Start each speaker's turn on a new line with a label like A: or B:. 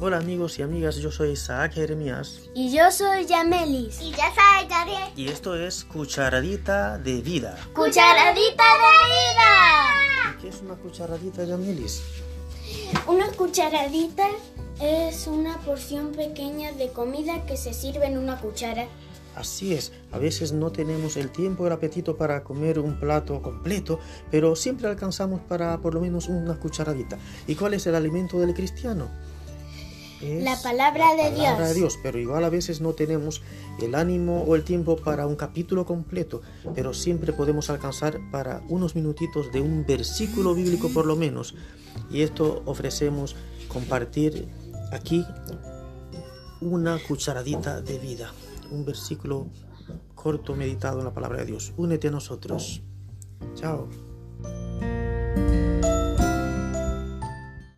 A: Hola amigos y amigas, yo soy Isaac Jeremías
B: Y yo soy Yamelis.
C: Y ya sabes, David.
A: y esto es Cucharadita de Vida.
B: ¡Cucharadita de
A: ¿Qué es una cucharadita, Yamelis?
B: vida! Una cucharadita es una porción pequeña de comida que se sirve en una cuchara.
A: Así es, a veces no tenemos el tiempo o el apetito para comer un plato completo, pero siempre alcanzamos para por lo menos una cucharadita. ¿Y cuál es el alimento del cristiano? Es
B: La palabra de
A: palabra
B: Dios.
A: de Dios, pero igual a veces no tenemos el ánimo o el tiempo para un capítulo completo, pero siempre podemos alcanzar para unos minutitos de un versículo bíblico por lo menos. Y esto ofrecemos compartir aquí una cucharadita de vida, un versículo corto meditado en la palabra de Dios. Únete a nosotros. Chao.